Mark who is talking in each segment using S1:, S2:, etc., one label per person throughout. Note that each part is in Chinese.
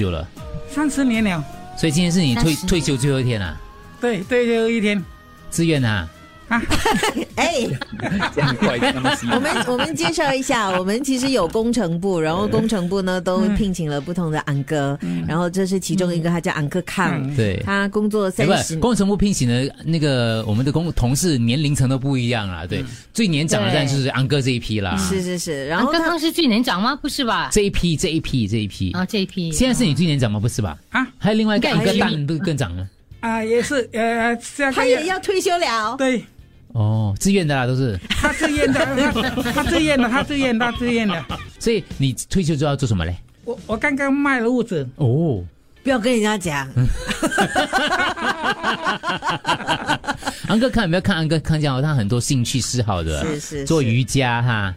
S1: 久了，
S2: 三十年了，
S1: 所以今天是你退
S3: 30
S1: 退休最后一天啊，
S2: 对对，最后一天，
S1: 自愿啊，
S3: 哎，
S4: 这样快，那么急。
S3: 我们我们介绍一下，我们其实有工程部，然后工程部呢都聘请了不同的安哥，然后这是其中一个，他叫安哥康，
S2: 嗯
S1: 对。
S3: 他工作
S1: 哎
S3: 三
S1: 不
S3: 十
S1: 是，，工程部聘请的那个我们的工同事年龄层都不一样啊啦，对，最年长的当然就是安哥这一批啦，
S3: 是是是，然
S5: 啊
S3: 后
S5: 刚
S3: 他
S5: 刚是最年长吗？不是吧？
S1: 这一批这一批这一批，
S5: 啊，这一批
S1: 现在是你最年长吗？不是吧？
S2: 啊
S1: 还有另外一个
S5: 应该
S1: 安哥
S5: 还有
S1: 蛋不是更长吗？
S2: 啊，也是呃，下
S3: 他
S2: 个
S3: 也
S2: 月
S3: 要退休了，
S2: 对
S1: 哦，自愿的啦，都是。
S2: 他自愿的， 他他自愿的，他自愿，他自愿的。
S1: 所以你退休之后要做什么嘞？
S2: 我我刚刚卖了屋子，
S1: 哦，
S3: 不要跟人家讲，
S2: 嗯
S1: 安哥看有没有看安哥看见哦，他很多兴趣嗜好的，
S3: 是是
S1: 做
S3: 是
S1: 瑜伽哈，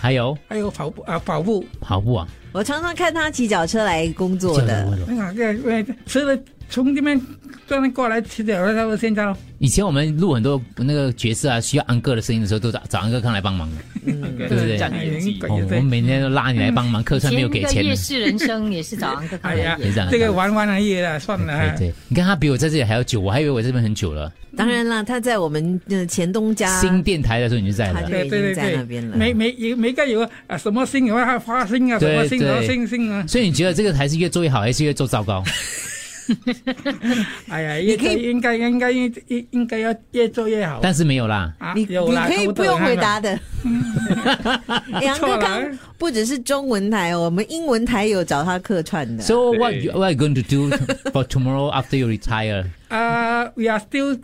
S1: 还有
S2: 还有跑步啊跑步，
S1: 跑步啊，
S3: 我常常看他骑脚车来工作
S1: 这样
S3: 的
S1: 子，
S2: 那个呃吃了从这边专门过来吃的，然后现在咯
S1: 以前我们录很多那个角色啊，需要安哥的声音的时候，都找找安哥康来帮忙。
S2: 嗯
S4: 对
S1: 对对
S4: 占演技。
S1: 哦，我们每天都拉你来帮忙，客
S5: 以前
S1: 串没有给
S5: 那个
S1: 钱的
S5: 夜。市人生也是找昂哥看
S2: 哎
S5: 的
S2: 呀
S1: 也这样，
S2: 这个玩玩而已了，算了
S1: 对
S2: 啊。
S1: 对，你看他比我在这里还要久，我还以为我这边很久了。
S3: 当然啦，他在我们呃前东
S5: 啊
S3: 家，
S1: 新电台的时候你就在
S3: 他
S1: 了
S3: 就，
S2: 对对对
S3: 已经在
S2: 对
S3: 那边了
S2: 每每有每个有啊什么星有啊花星啊什
S1: 对
S2: 么星什么
S1: 对
S2: 星星啊，
S1: 所以你觉得这个台是越做越好，还是越做糟糕？
S2: 哎呀，越
S3: 可以
S2: 做应该应该应应应该要越做越好。
S1: 但是没有啦，
S2: 啊，
S3: 你
S2: 有
S3: 你
S2: 啦
S3: 可
S2: 差
S3: 以不
S2: 多
S3: 用
S2: 那
S3: 回
S2: 个
S3: 答的。 杨
S2: 错
S3: 哥
S2: 了
S3: 刚不只是中文台哦，我们英文台有找他客串的。
S1: So what you, what are you going to do for tomorrow after you retire?
S2: Uh, we are still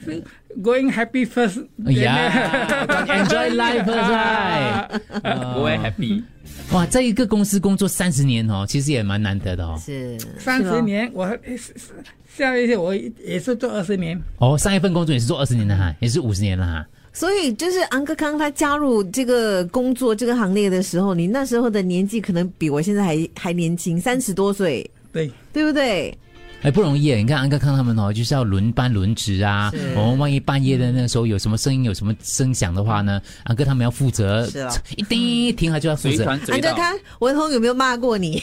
S2: going happy first.
S1: 哎 Yeah, enjoy life first, right?
S4: 不会 happy，
S1: 哇，在一个公司工作三十年哦，其实也蛮难得的哦。
S3: 是
S2: 三
S3: 是咯
S2: 十年，我诶是是下一届我也是做二十年。
S1: 哦，上一份工作也是做二十年了哈，也是五十年了哈。
S3: 所以就是安哥康他加入这个工作这个行列的时候，你那时候的年纪可能比我现在还还年轻，三十多岁，
S2: 对，
S3: 对不对？
S1: 哎，不容易耶！你看安哥康他们哦，就是要轮班轮值啊
S3: 是。
S1: 我们万一半夜的那时候有什么声音、有什么声响的话呢，安哥他们要负责
S3: 是啊，
S1: 一叮一停他就要负
S4: 随
S1: 责，
S4: 传
S3: 安
S4: 随
S3: 哥
S4: 到。
S3: 康，文宏有没有骂过你？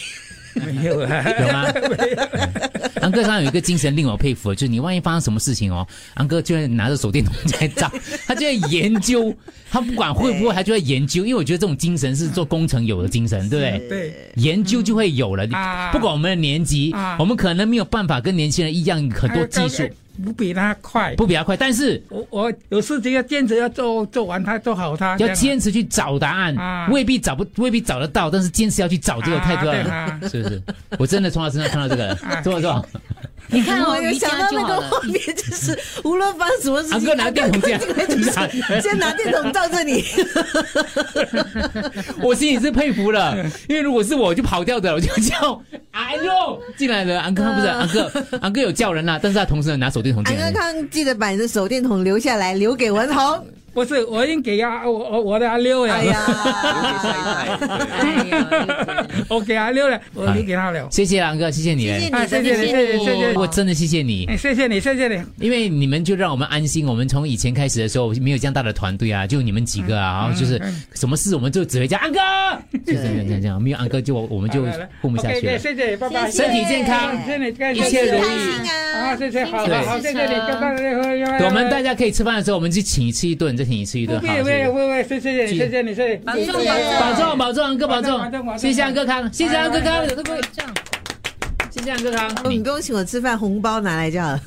S2: 没有啊，
S1: 有吗？嗯安哥他有一个精神令我佩服的，就是你万一发生什么事情哦，安哥就会拿着手电筒在照，他就在研究，他不管会不会，他就在研究，因为我觉得这种精神是做工程有的精神，对不对？
S2: 对，
S1: 研究就会有了。你
S2: 啊
S1: 不管我们的年纪，
S2: 啊
S1: 我们可能没有办法跟年轻人一样很多技术
S2: 哎，不比他快。
S1: 不比他快，但是
S2: 我我有事情要坚持要做做完它，做好它。
S1: 要
S2: 啊这样
S1: 坚持去找答案，
S2: 啊
S1: 未必找不未必找得到，但是坚持要去找这个
S2: 啊
S1: 太多
S2: 对
S1: 了
S2: 啊，
S1: 是 不是？我真的从他身上看到这个，做做。
S5: 你看
S3: 我
S5: 哦，
S3: 有
S5: 瑜
S3: 想
S5: 伽
S3: 到
S5: 就
S3: 那
S5: 好
S3: 个
S5: 了
S3: 画。面，就是无论发生什么事
S1: 安
S3: 情，
S1: 哥拿电筒这样
S3: 安哥康进来 就是先拿电筒照着你。
S1: 我心里是佩服了，
S2: 嗯
S1: 因为如果是我，我就跑掉的，我就叫 哎呦进来了，安哥他不是
S2: 嗯
S1: 安哥，安哥有叫人啦、啊但是他同时拿手电筒进
S3: 安
S1: 来
S3: 哥，康记得把你的手电筒留下来，留给文宏。
S2: 不是，我已经给阿我我我的阿六
S1: 啊
S2: 了。
S3: 哎呀
S4: 下一代，
S5: 哎呀，
S2: 我给阿六了，我留给他了。
S1: 谢谢啦安哥，谢谢你，
S3: 谢谢你
S2: 啊，谢谢你，谢谢谢谢
S1: 哎我真的谢谢你
S2: 哎，，谢谢你，谢谢你。
S1: 因为你们就让我们安心。我们从以前开始的时候没有这样大的团队啊，就你们几个
S2: 嗯
S1: 啊，然后就是什么事我们就只会叫安哥，就这样这样这样这样，没有安哥就我我们就
S2: 好了
S1: 混不下去
S2: OK，
S1: 了。
S2: 谢谢，拜拜。
S1: 身体健康
S2: 谢谢你，
S1: 一切如意
S3: 开心啊
S2: 好，谢谢，好好好，谢谢你，跟大家喝，
S1: 对我们大家可以吃饭的时候，我们去请你吃一顿，再请你吃一顿，
S2: 不
S1: 好，
S2: 会
S1: 谢
S2: 不
S1: 谢
S2: 会不。会，谢谢你，谢谢你，谢谢。
S5: 保重
S3: 谢谢
S1: 保
S5: 保重，
S1: 重保重，安哥保
S2: 保重保哎
S1: 重，
S2: 重
S1: 谢谢安哥康，谢谢安哥康，
S5: 保重。
S1: 谢谢安哥康。
S3: 你不用嗯请我吃饭，红包拿来就好了。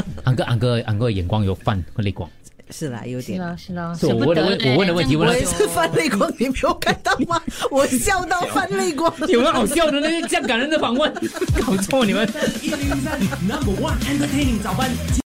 S1: 安哥，安哥，安哥的眼光有泛泪光，
S3: 是啦，有
S5: 是
S3: 点。
S5: 了是了，
S1: 是我问的问我问的问题问
S3: 我
S1: 的
S3: 也是翻泪光，你没有看到吗？我笑到翻泪光。
S1: 有啊个好笑的 那个这样感人的访问，搞错你们。